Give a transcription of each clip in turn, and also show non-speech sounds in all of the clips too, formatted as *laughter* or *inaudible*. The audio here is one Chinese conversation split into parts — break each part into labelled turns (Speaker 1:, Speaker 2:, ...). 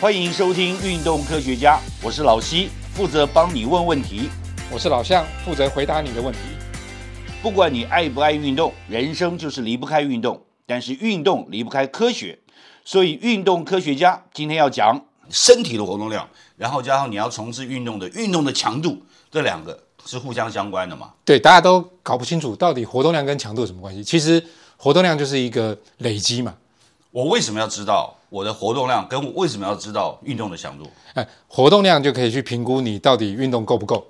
Speaker 1: 欢迎收听《运动科学家》，我是老西，负责帮你问问题。
Speaker 2: 我是老向，负责回答你的问题。
Speaker 1: 不管你爱不爱运动，人生就是离不开运动，但是运动离不开科学，所以运动科学家今天要讲身体的活动量，然后加上你要从事运动的运动的强度，这两个是互相相关的嘛？
Speaker 2: 对，大家都搞不清楚到底活动量跟强度有什么关系。其实活动量就是一个累积嘛。
Speaker 1: 我为什么要知道我的活动量，跟我为什么要知道运动的强度？
Speaker 2: 哎，活动量就可以去评估你到底运动够不够。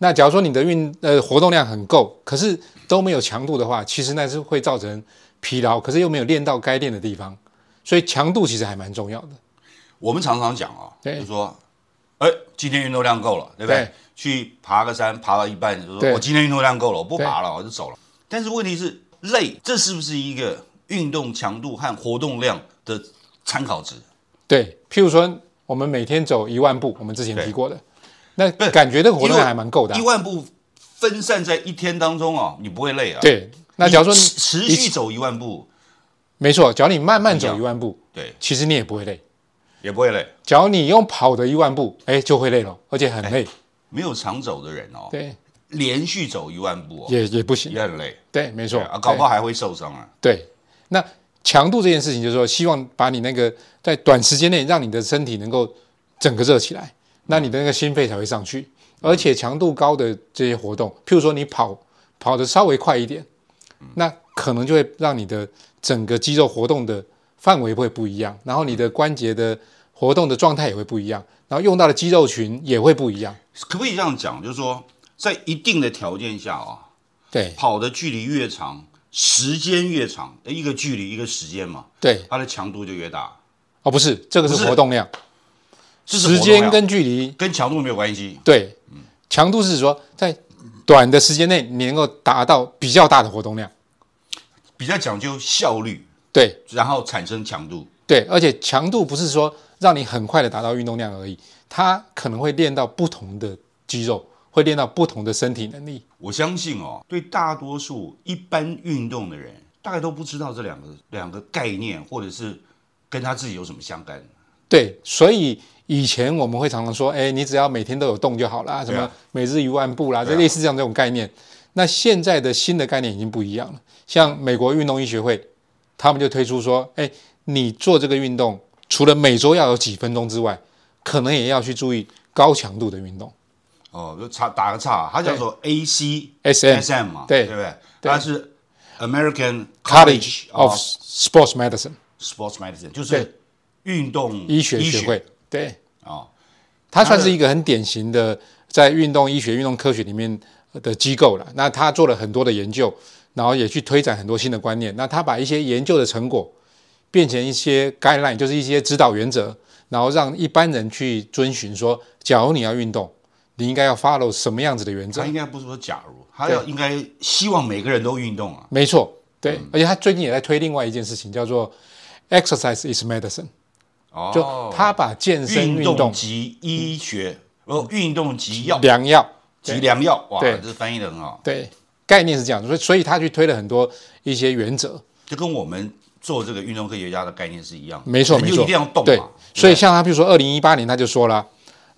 Speaker 2: 那假如说你的运呃活动量很够，可是都没有强度的话，其实那是会造成疲劳，可是又没有练到该练的地方，所以强度其实还蛮重要的。
Speaker 1: 我们常常讲啊、
Speaker 2: 对
Speaker 1: 就说，哎，今天运动量够了，对不对？
Speaker 2: 对
Speaker 1: 去爬个山，爬到一半就说，
Speaker 2: 对
Speaker 1: 我今天运动量够了，我不
Speaker 2: 对
Speaker 1: 爬了，我就走了。但是问题是，累，这是不是一个运动强度和活动量的参考值？
Speaker 2: 对，譬如说我们每天走一万步，我们之前
Speaker 1: 对
Speaker 2: 提过的，那
Speaker 1: 是
Speaker 2: 感觉这个活
Speaker 1: 因
Speaker 2: 动
Speaker 1: 为
Speaker 2: 还蛮够的啊、
Speaker 1: 一万步分散在一天当中啊，你不会累啊。，
Speaker 2: 对，那假如说你
Speaker 1: 持持续走一万步，
Speaker 2: 没错，假如你慢慢
Speaker 1: 一
Speaker 2: 走
Speaker 1: 样
Speaker 2: 一万步，
Speaker 1: 对，
Speaker 2: 其实你也不会累。
Speaker 1: 也不会累。
Speaker 2: 只要你用跑的一万步，哎，就会累了，而且很累，
Speaker 1: 没有常走的人哎哦，
Speaker 2: 对，
Speaker 1: 连续走一万步、哦、
Speaker 2: 也也不行，
Speaker 1: 也很累，
Speaker 2: 对，没错
Speaker 1: 对，啊，搞不好还会受伤啊。
Speaker 2: 对。对那强度这件事情，就是说，希望把你那个在短时间内让你的身体能够整个热起来，那你的那个心肺才会上
Speaker 1: 嗯
Speaker 2: 去。而且强度高的这些活动，譬如说你跑跑得稍微快一点，
Speaker 1: 嗯
Speaker 2: 那可能就会让你的整个肌肉活动的范围会不一样，然后你的关节的活动的状态也会不一样，然后用到的肌肉群也会不一样。
Speaker 1: 可不可以这样讲？就是说，在一定的条件下啊，
Speaker 2: 对
Speaker 1: 跑的距离越长，时间越长，哎一个距离一个时间嘛，
Speaker 2: 对，
Speaker 1: 它的强度就越大。
Speaker 2: 哦，不是，这个
Speaker 1: 不
Speaker 2: 是
Speaker 1: 是
Speaker 2: 活动量，
Speaker 1: 这是活
Speaker 2: 时
Speaker 1: 动
Speaker 2: 间
Speaker 1: 量嗯
Speaker 2: 跟距离
Speaker 1: 跟强度没有关系。
Speaker 2: 对，强度是说在短的时间内你能够达到比较大的活动量，
Speaker 1: 比较讲究效率，
Speaker 2: 对
Speaker 1: 然后产生强度。
Speaker 2: 对，而且强度不是说让你很快的达到运动量而已，它可能会练到不同的肌肉，会练到不同的身体能力。
Speaker 1: 我相信哦，对大多数一般运动的人，大概都不知道这两个两个概念，或者是跟他自己有什么相干。
Speaker 2: 对，所以以前我们会常常说，哎，你只要每天都有动就好啦，什
Speaker 1: 对啊
Speaker 2: 么每日一万步啦，
Speaker 1: 对
Speaker 2: 这
Speaker 1: 啊
Speaker 2: 类似这样这种概念。那现在的新的概念已经不一样了，像美国运动医学会，他们就推出说，哎，你做这个运动，除了每周要有几分钟之外，可能也要去注意高强度的运动
Speaker 1: 哦，就差打个岔，他叫做 A C
Speaker 2: ，SM
Speaker 1: S M 嘛，
Speaker 2: 对
Speaker 1: 对不对？
Speaker 2: 对
Speaker 1: 它是 American
Speaker 2: College
Speaker 1: College
Speaker 2: of
Speaker 1: of
Speaker 2: Sports Medicine
Speaker 1: Sports Medicine，就
Speaker 2: 对
Speaker 1: 是运动
Speaker 2: 医学学会，对，
Speaker 1: 啊、哦
Speaker 2: 它算是一个很典型的在运动医学、运动科学里面的机构了。那它做了很多的研究，然后也去推展很多新的观念。那它把一些研究的成果变成一些 guideline，就是一些指导原则，然后让一般人去遵循说。假如你要运动，你应该要 follow 什么样子的原则
Speaker 1: 他？应该不是说假如，他要应该希望每个人都运动啊。
Speaker 2: 没错，对。而且他最近也在推另外一件事情，叫做 exercise is medicine，
Speaker 1: 哦，
Speaker 2: 就他把健身
Speaker 1: 运
Speaker 2: 运动嗯
Speaker 1: 动及医学，哦，运动及药
Speaker 2: 良药。
Speaker 1: 及良药，哇，
Speaker 2: 对
Speaker 1: 这翻译的很好，
Speaker 2: 对，概念是这样，所以所以他去推了很多一些原则，
Speaker 1: 就跟我们做这个运动科学家的概念是一样。
Speaker 2: 没错
Speaker 1: 人
Speaker 2: 没
Speaker 1: 就
Speaker 2: 错，
Speaker 1: 一定要动嘛。
Speaker 2: 对
Speaker 1: 对不，对
Speaker 2: 所以像他，比如说二零一八年他就说了，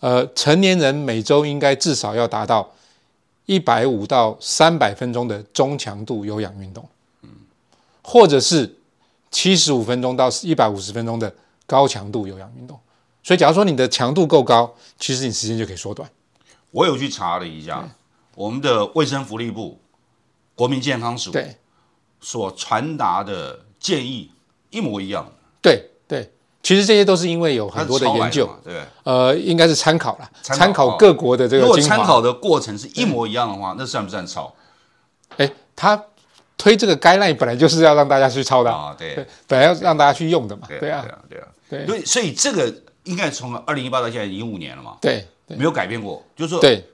Speaker 2: 呃，成年人每周应该至少要达到一百五到三百分钟的中强度有氧运动，
Speaker 1: 嗯
Speaker 2: 或者是七十五分钟到一百五十分钟的高强度有氧运动。所以，假如说你的强度够高，其实你时间就可以缩短。
Speaker 1: 我有去查了一下，我们的卫生福利部、国民健康署
Speaker 2: 对，
Speaker 1: 所传达的建议一模一样，
Speaker 2: 对，对，其实这些都是因为有很多的
Speaker 1: 它是抄来
Speaker 2: 研究，
Speaker 1: 嘛，对不对？
Speaker 2: 呃，应该是参考啦，
Speaker 1: 参考哦
Speaker 2: 参考各国的这
Speaker 1: 如
Speaker 2: 个
Speaker 1: 果
Speaker 2: 精
Speaker 1: 参
Speaker 2: 华。
Speaker 1: 考的过程是一模一样的话，那算不算抄
Speaker 2: 哎，他推这个 guideline 本来就是要让大家去抄的啊，
Speaker 1: 啊？对
Speaker 2: 对，本来要让大家去用的嘛，对啊，
Speaker 1: 啊，对啊，
Speaker 2: 对
Speaker 1: 所以所以这个应该从二零一八到现在已经五年了嘛，
Speaker 2: 对对
Speaker 1: 没有改变过，就是说
Speaker 2: 对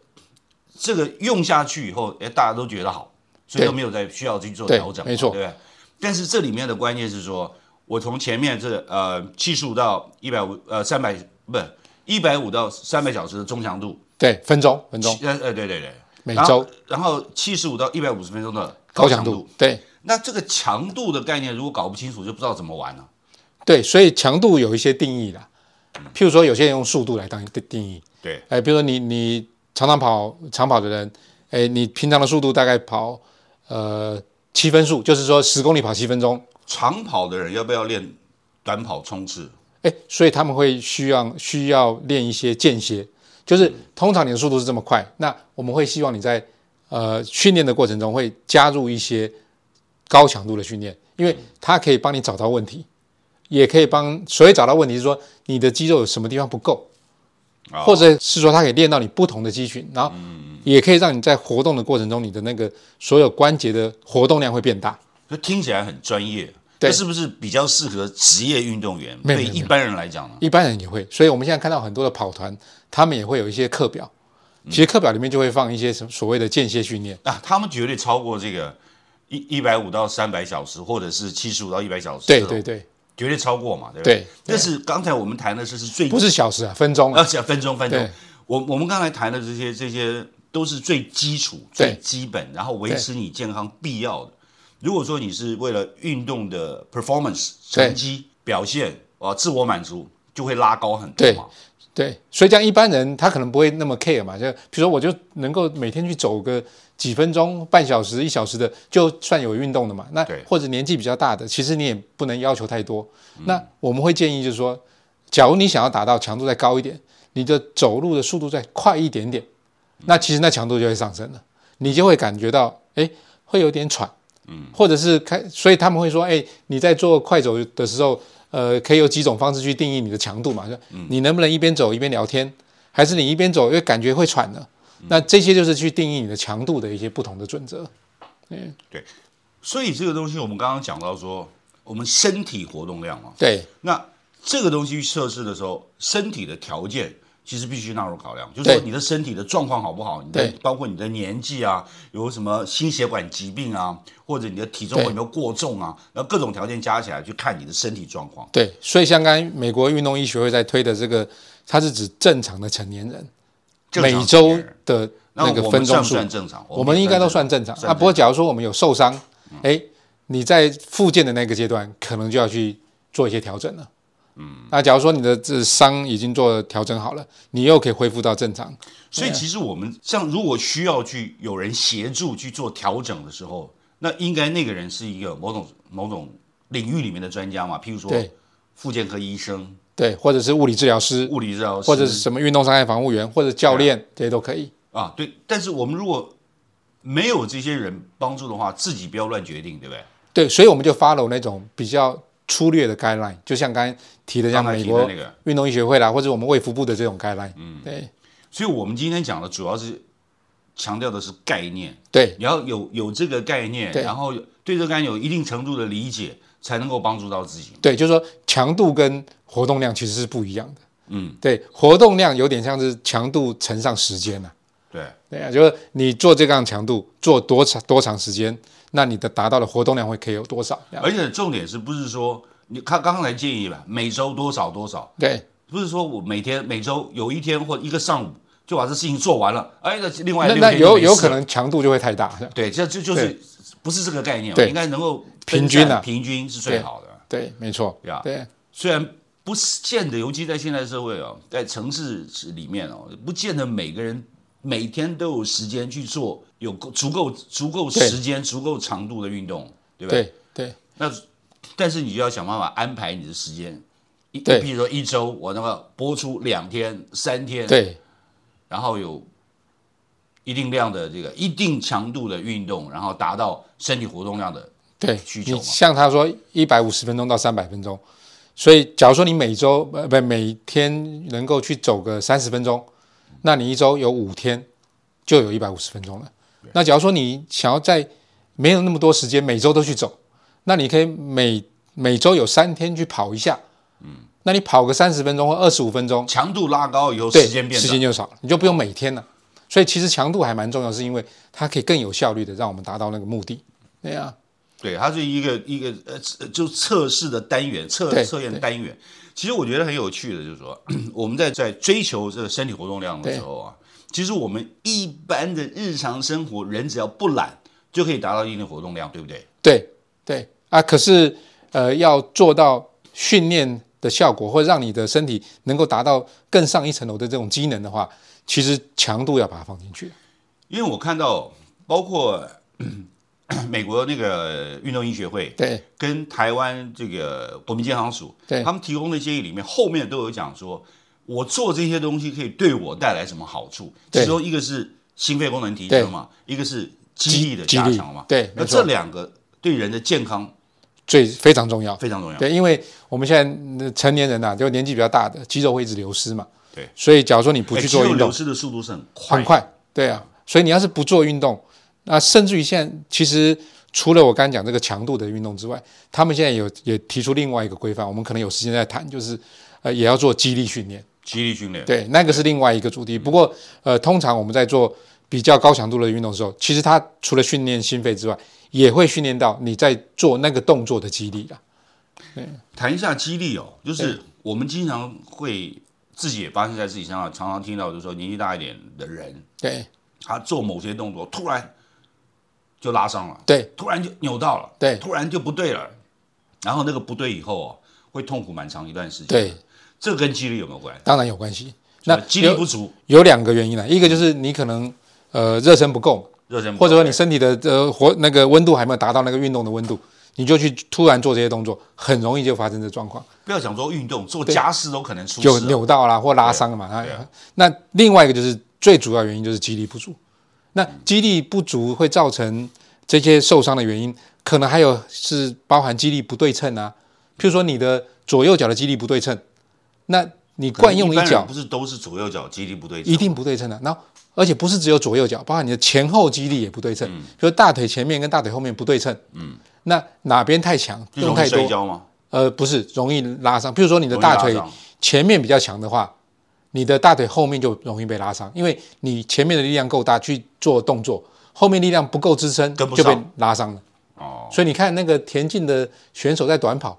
Speaker 1: 这个用下去以后，哎，大家都觉得好，所以
Speaker 2: 对
Speaker 1: 都没有再需要去做
Speaker 2: 对
Speaker 1: 调整嘛，
Speaker 2: 没错
Speaker 1: 对不对？但是这里面的关键是说，我从前面这呃七十五到一百五呃三百不一百五到三百小时的中强度，
Speaker 2: 对，分钟分钟，
Speaker 1: 呃呃对对对，
Speaker 2: 每
Speaker 1: 然后
Speaker 2: 周
Speaker 1: 然后七十五到一百五十分钟的
Speaker 2: 哎高
Speaker 1: 强
Speaker 2: 强度，对
Speaker 1: 那这个强度的概念如果搞不清楚，就不知道怎么玩了、
Speaker 2: 对，所以强度有一些定义啦。譬如说，有些人用速度来当定定义，
Speaker 1: 对，
Speaker 2: 哎，比如说你你常常跑长跑的人，哎，你平常的速度大概跑呃七分速，就是说十公里跑七分钟，
Speaker 1: 长跑的人要不要练短跑冲刺？
Speaker 2: 哎，所以他们会需要需要练一些间歇，就是通常你的速度是这么快，那我们会希望你在呃训练的过程中会加入一些高强度的训练，因为它可以帮你找到问题，也可以帮所谓找到问题是说你的肌肉有什么地方不够，
Speaker 1: 啊
Speaker 2: 或者是说它可以练到你不同的肌群，然后也可以让你在活动的过程中你的那个所有关节的活动量会变大。
Speaker 1: 就听起来很专业，
Speaker 2: 对
Speaker 1: 这是不是比较适合职业运动员？
Speaker 2: 没有
Speaker 1: 对
Speaker 2: 没有
Speaker 1: 一般人来讲呢？
Speaker 2: 一般人也会，所以我们现在看到很多的跑团，他们也会有一些课表，其实课表里面就会放一些什么所谓的间歇训练。
Speaker 1: 啊，他们绝对超过这个一一百五到三百小时，或者是七十五到一百小时，
Speaker 2: 对对，对，
Speaker 1: 绝对超过嘛，对不对
Speaker 2: 对？
Speaker 1: 但是刚才我们谈的这是最
Speaker 2: 不是小时啊，分钟
Speaker 1: 而
Speaker 2: 啊，
Speaker 1: 且分钟分钟
Speaker 2: 对，
Speaker 1: 我我们刚才谈的这些这些都是最基础、
Speaker 2: 对
Speaker 1: 最基本，然后维持你健康必要的。如果说你是为了运动的 performance
Speaker 2: 对
Speaker 1: 成绩表现啊自我满足，就会拉高很多
Speaker 2: 对
Speaker 1: 嘛。
Speaker 2: 对，所以这样一般人他可能不会那么 care 嘛，就比如说我就能够每天去走个几分钟、半小时、一小时的，就算有运动的嘛。那
Speaker 1: 对
Speaker 2: 或者年纪比较大的，其实你也不能要求太多。那我们会建议就是说，假如你想要达到强度再高一点，你的走路的速度再快一点点，那其实那强度就会上升了，你就会感觉到哎会有点喘，嗯，或者是开，所以他们会说，哎，你在做快走的时候，呃，可以有几种方式去定义你的强度嘛，就你能不能一边走一边聊天，还是你一边走因为感觉会喘呢？那这些就是去定义你的强度的一些不同的准则。
Speaker 1: 所以这个东西我们刚刚讲到说，我们身体活动量嘛，
Speaker 2: 对
Speaker 1: 那这个东西去测试的时候，身体的条件其实必须纳入考量，就是说
Speaker 2: 对
Speaker 1: 你的身体的状况好不好，你的
Speaker 2: 对
Speaker 1: 包括你的年纪啊，有什么心血管疾病啊，或者你的体重
Speaker 2: 对
Speaker 1: 有没有过重啊，然后各种条件加起来去看你的身体状况。
Speaker 2: 对，所以像刚才美国运动医学会在推的这个，它是指正常的成年人
Speaker 1: 正常
Speaker 2: 每周
Speaker 1: 成年人
Speaker 2: 的
Speaker 1: 那
Speaker 2: 那个
Speaker 1: 我
Speaker 2: 分
Speaker 1: 们算
Speaker 2: 钟
Speaker 1: 不
Speaker 2: 数，
Speaker 1: 算正常？
Speaker 2: 我们应该都算正常
Speaker 1: 算
Speaker 2: 啊。不过，假如说我们有受伤，哎、你在复健的那个阶段，可能就要去做一些调整了。嗯，那假如说你的这伤已经做了调整好了，你又可以恢复到正常。
Speaker 1: 所以
Speaker 2: 啊
Speaker 1: 其实我们像如果需要去有人协助去做调整的时候，那应该那个人是一个某种某种领域里面的专家嘛，譬如说
Speaker 2: 对
Speaker 1: 复健科医生、
Speaker 2: 对，或者是物理治疗师，
Speaker 1: 物理治疗师，
Speaker 2: 或者是什么运动伤害防护员，或者教练，这些都可以。
Speaker 1: 啊，对，但是我们如果没有这些人帮助的话，自己不要乱决定，对不对？
Speaker 2: 对，所以我们就 follow 那种比较粗略的 guideline，就像刚才提的，像
Speaker 1: 刚才
Speaker 2: 美
Speaker 1: 提的
Speaker 2: 国
Speaker 1: 那个，
Speaker 2: 运动医学会啦，或者我们卫福部的这种 guideline。嗯，对
Speaker 1: 所以我们今天讲的主要是强调的是概念，
Speaker 2: 对
Speaker 1: 你要有有这个概念，
Speaker 2: 对
Speaker 1: 然后对这个概念有一定程度的理解，才能够帮助到自己。
Speaker 2: 对，就是说强度跟活动量其实是不一样的。
Speaker 1: 嗯，
Speaker 2: 对，活动量有点像是强度乘上时间呐、
Speaker 1: 对，
Speaker 2: 对啊，就是你做这样强度做多长多长时间，那你的达到的活动量会可以有多少？这样
Speaker 1: 而且重点是不是说你看刚才建议吧，每周多少多少，
Speaker 2: 对
Speaker 1: 不是说我每天每周有一天或一个上午就把这事情做完了，哎，那另外
Speaker 2: 那
Speaker 1: 六
Speaker 2: 那
Speaker 1: 天就
Speaker 2: 有
Speaker 1: 没事
Speaker 2: 有
Speaker 1: 了
Speaker 2: 可能强度就会太大。这样
Speaker 1: 对，这这就是不是这个概念，
Speaker 2: 对
Speaker 1: 应该能够
Speaker 2: 平
Speaker 1: 分
Speaker 2: 均
Speaker 1: 散
Speaker 2: 啊
Speaker 1: 平均是最好的。
Speaker 2: 对，没错。
Speaker 1: 呀
Speaker 2: 对
Speaker 1: 虽然不见得，尤其在现代社会哦，在城市里面哦，不见得每个人每天都有时间去做有够足够足够
Speaker 2: 对
Speaker 1: 时间、足够长度的运动，对吧？
Speaker 2: 对对
Speaker 1: 那但是你就要想办法安排你的时间，一
Speaker 2: 对
Speaker 1: 譬如说一周，我那个播出两天、三天，
Speaker 2: 对
Speaker 1: 然后有一定量的这个一定强度的运动，然后达到身体活动量的
Speaker 2: 对
Speaker 1: 需，求
Speaker 2: 你
Speaker 1: 嘛
Speaker 2: 像他说一百五十分钟到三百分钟，所以假如说你每周呃不每天能够去走个三十分钟，那你一周有五天就有一百五十分钟了。那假如说你想要在没有那么多时间每周都去走，那你可以每每周有三天去跑一下，嗯，那你跑个三十分钟或二十五分钟，
Speaker 1: 强度拉高以后，
Speaker 2: 对，
Speaker 1: 时间变哦
Speaker 2: 时
Speaker 1: 短
Speaker 2: 间。就少了，你就不用每天了。所以其实强度还蛮重要，是因为它可以更有效率的让我们达到那个目的。对啊，
Speaker 1: 对，它是一个一个呃，测就测试的单元，测
Speaker 2: 对
Speaker 1: 测验
Speaker 2: 对
Speaker 1: 单元。其实我觉得很有趣的，就是说 *clears throat* 我们在在追求这个身体活动量的时候啊，其实我们一般的日常生活，人只要不懒，就可以达到一定的活动量，对不对？
Speaker 2: 对对啊，可是呃，要做到训练的效果，或者让你的身体能够达到更上一层楼的这种机能的话，其实强度要把它放进去。
Speaker 1: 因为我看到包括 *clears throat* 美国那个运动医学会
Speaker 2: 对
Speaker 1: 跟台湾这个国民健康署，
Speaker 2: 对
Speaker 1: 他们提供的建议里面，后面都有讲说，我做这些东西可以对我带来什么好处。
Speaker 2: 对
Speaker 1: 其中一个是心肺功能提
Speaker 2: 对
Speaker 1: 升嘛，一个是肌力的
Speaker 2: 肌
Speaker 1: 加
Speaker 2: 力
Speaker 1: 强嘛。
Speaker 2: 对
Speaker 1: 那
Speaker 2: 没错
Speaker 1: 这两个对人的健康
Speaker 2: 最非常重要。
Speaker 1: 非常重要。
Speaker 2: 对，因为我们现在呃成年人呐、就年纪比较大的，肌肉会一直流失嘛。
Speaker 1: 对，
Speaker 2: 所以假如说你不
Speaker 1: 哎
Speaker 2: 去
Speaker 1: 肌
Speaker 2: 做
Speaker 1: 肉
Speaker 2: 运动
Speaker 1: 流，失的速度是很快
Speaker 2: 很快，对啊。所以你要是不做运动，那甚至于现在其实除了我刚才讲这个强度的运动之外，他们现在有也提出另外一个规范，我们可能有时间再谈，就是呃也要做肌力训练。
Speaker 1: 肌力训练。
Speaker 2: 对，那个是另外一个主题。不过，呃，通常我们在做比较高强度的运动的时候，其实它除了训练心肺之外，也会训练到你在做那个动作的肌力啦。
Speaker 1: 谈一下肌力哦，就是我们经常会自己也发生在自己身上，常常听到就是说年纪大一点的人，
Speaker 2: 对
Speaker 1: 他做某些动作突然就拉伤了，
Speaker 2: 对
Speaker 1: 突然就扭到了，
Speaker 2: 对
Speaker 1: 突然就不对了，然后那个不对以后哦，会痛苦蛮长一段时间。，
Speaker 2: 对，
Speaker 1: 这跟肌力有没有关？
Speaker 2: 当然有关系。那
Speaker 1: 肌力
Speaker 2: 有
Speaker 1: 不足，
Speaker 2: 有两个原因啦，一个就是你可能呃热身不够嘛，
Speaker 1: 热身不
Speaker 2: 或者
Speaker 1: 够
Speaker 2: 说你身体的呃活那个温度还没有达到那个运动的温度，你就去突然做这些动作，很容易就发生这状况，
Speaker 1: 不要想做运动，做家事都可能出
Speaker 2: 就
Speaker 1: 事啊。
Speaker 2: 扭到啦或拉伤了嘛。
Speaker 1: 对啊
Speaker 2: 那另外一个就是最主要原因就是肌力不足，那肌力不足会造成这些受伤的原因，可能还有是包含肌力不对称啊，譬如说你的左右脚的肌力不对称，那你惯用
Speaker 1: 可能
Speaker 2: 一
Speaker 1: 般
Speaker 2: 脚
Speaker 1: 人不是都是左右脚肌力不对称，
Speaker 2: 一定不对称的。然后，而且不是只有左右脚，包含你的前后肌力也不对称，
Speaker 1: 嗯
Speaker 2: 就是大腿前面跟大腿后面不对称。嗯，那哪边太强，
Speaker 1: 就
Speaker 2: 用
Speaker 1: 容易
Speaker 2: 太
Speaker 1: 摔
Speaker 2: 多，
Speaker 1: 跤吗？
Speaker 2: 呃，不是容易拉伤。譬如说你的
Speaker 1: 容易
Speaker 2: 大
Speaker 1: 拉
Speaker 2: 腿
Speaker 1: 伤
Speaker 2: 前面比较强的话，你的大腿后面就容易被拉伤，因为你前面的力量够大去做动作，后面力量不够支撑
Speaker 1: 跟不
Speaker 2: 就被
Speaker 1: 上
Speaker 2: 拉伤了。
Speaker 1: 哦，
Speaker 2: 所以你看那个田径的选手在短跑，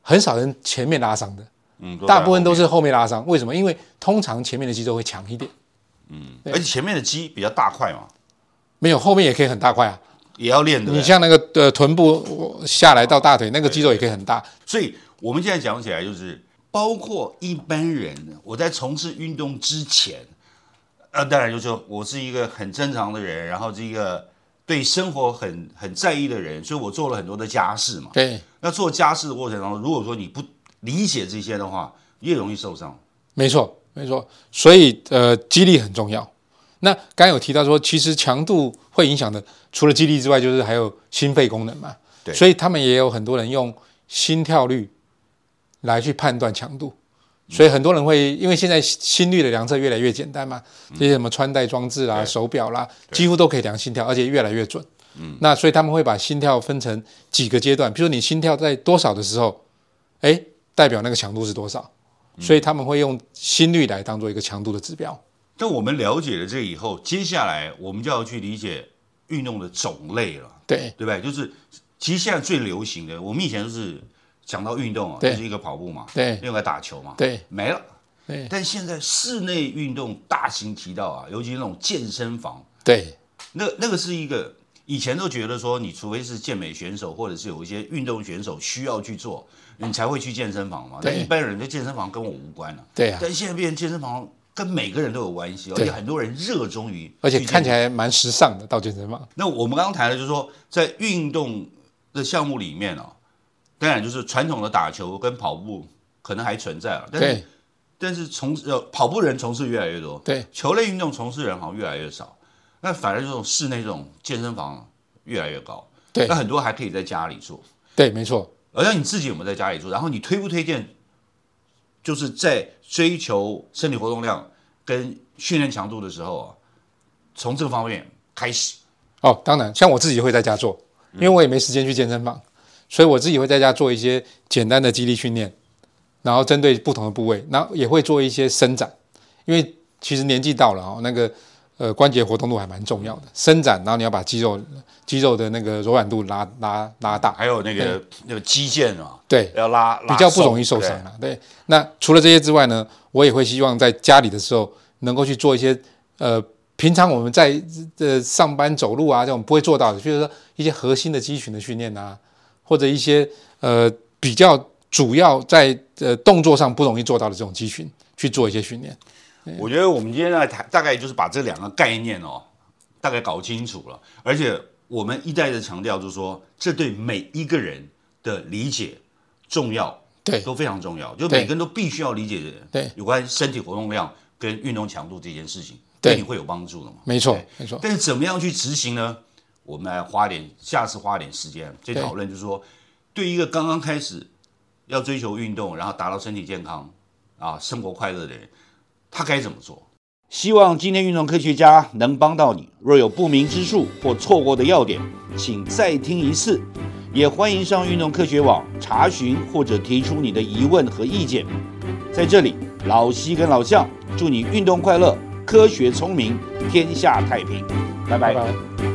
Speaker 2: 很少人前面拉伤的。
Speaker 1: 嗯，
Speaker 2: 大部分
Speaker 1: 是。
Speaker 2: 都是后面拉伤，为什么？因为通常前面的肌肉会强一点，
Speaker 1: 而且前面的肌比较大块嘛，
Speaker 2: 没有后面也可以很大块啊。
Speaker 1: 也要练的
Speaker 2: 你。像那个呃臀部呃下来到大腿，那个肌肉也可以很大。
Speaker 1: 所以我们现在讲起来，就是包括一般人，我在从事运动之前，呃，当然就是说我是一个很正常的人，然后是一个对生活很很在意的人，所以我做了很多的家事嘛。
Speaker 2: 对，
Speaker 1: 那做家事的过程当中，如果说你不理解这些的话，越容易受伤。
Speaker 2: 没错，没错。所以呃，肌力很重要。那刚有提到说，其实强度会影响的，除了肌力之外，就是还有心肺功能嘛。
Speaker 1: 对
Speaker 2: 所以他们也有很多人用心跳率来去判断强度。所以很多人会，因为现在心率的量测越来越简单嘛，这些什么穿戴装置啦、
Speaker 1: 嗯对
Speaker 2: 手表啦，几乎都可以量心跳，而且越来越准。嗯，那所以他们会把心跳分成几个阶段，比如说你心跳在多少的时候，哎，代表那个强度是多少，所以他们会用心率来当做一个强度的指标。
Speaker 1: 但我们了解了这以后，接下来我们就要去理解运动的种类了。
Speaker 2: 对
Speaker 1: 对不对？就是其实现在最流行的，我们以前就是讲到运动啊，就
Speaker 2: 对
Speaker 1: 是一个跑步嘛，
Speaker 2: 对
Speaker 1: 另外打球嘛，
Speaker 2: 对，
Speaker 1: 没了。
Speaker 2: 哎对
Speaker 1: 但现在室内运动大行其道啊，尤其那种健身房，
Speaker 2: 对
Speaker 1: 那那个是一个以前都觉得说，你除非是健美选手或者是有一些运动选手需要去做，你才会去健身房嘛。那
Speaker 2: 对
Speaker 1: 一般人的健身房跟我无关了、
Speaker 2: 对啊，
Speaker 1: 但现在变成健身房跟每个人都有关系，而
Speaker 2: 对
Speaker 1: 且很多人热衷于，
Speaker 2: 而且看起来蛮时尚的，到健身房。
Speaker 1: 那我们刚刚谈的就是说，在运动的项目里面啊，当然就是传统的打球跟跑步可能还存在啊，但是
Speaker 2: 对
Speaker 1: 但是从呃跑步人从事越来越多，
Speaker 2: 对
Speaker 1: 球类运动从事人好像越来越少，那反而这种室内这种健身房啊越来越高，
Speaker 2: 对
Speaker 1: 那很多还可以在家里做，
Speaker 2: 对，没错。
Speaker 1: 而且你自己有没有在家里做？然后你推不推荐，就是在追求身体活动量跟训练强度的时候啊，从这个方面开始，
Speaker 2: 哦，当然，像我自己会在家做，因为我也没时间去健身房，所以我自己会在家做一些简单的肌力训练，然后针对不同的部位，然后也会做一些伸展，因为其实年纪到了哦，那个呃关节活动度还蛮重要的，伸展，然后你要把肌肉肌肉的那个柔软度拉拉拉大，
Speaker 1: 还有那个那个肌腱啊。
Speaker 2: 对，
Speaker 1: 要拉拉
Speaker 2: 比较不
Speaker 1: 瘦
Speaker 2: 容易受伤
Speaker 1: 对
Speaker 2: 啦。对，那除了这些之外呢，我也会希望在家里的时候能够去做一些呃，平常我们在呃上班走路啊这种不会做到的，比如说一些核心的肌群的训练啊，或者一些呃比较主要在呃动作上不容易做到的这种肌群去做一些训练。
Speaker 1: 我觉得我们今天呢，谈大概就是把这两个概念哦，大概搞清楚了。而且我们一再的强调，就是说，这对每一个人的理解重要，
Speaker 2: 对
Speaker 1: 都非常重要。就
Speaker 2: 对
Speaker 1: 每个人都必须要理解
Speaker 2: 对
Speaker 1: 有关身体活动量跟运动强度这件事情，
Speaker 2: 对
Speaker 1: 对你会有帮助的嘛？
Speaker 2: 没错
Speaker 1: 对，
Speaker 2: 没错，
Speaker 1: 但是怎么样去执行呢？我们来花点，下次花点时间去
Speaker 2: 对
Speaker 1: 讨论，就是说，对一个刚刚开始要追求运动，然后达到身体健康啊、生活快乐的人，他该怎么做？希望今天运动科学家能帮到你。若有不明之处或错过的要点，请再听一次。也欢迎上运动科学网查询或者提出你的疑问和意见。在这里，老西跟老向祝你运动快乐，科学聪明，天下太平。拜拜
Speaker 2: 拜拜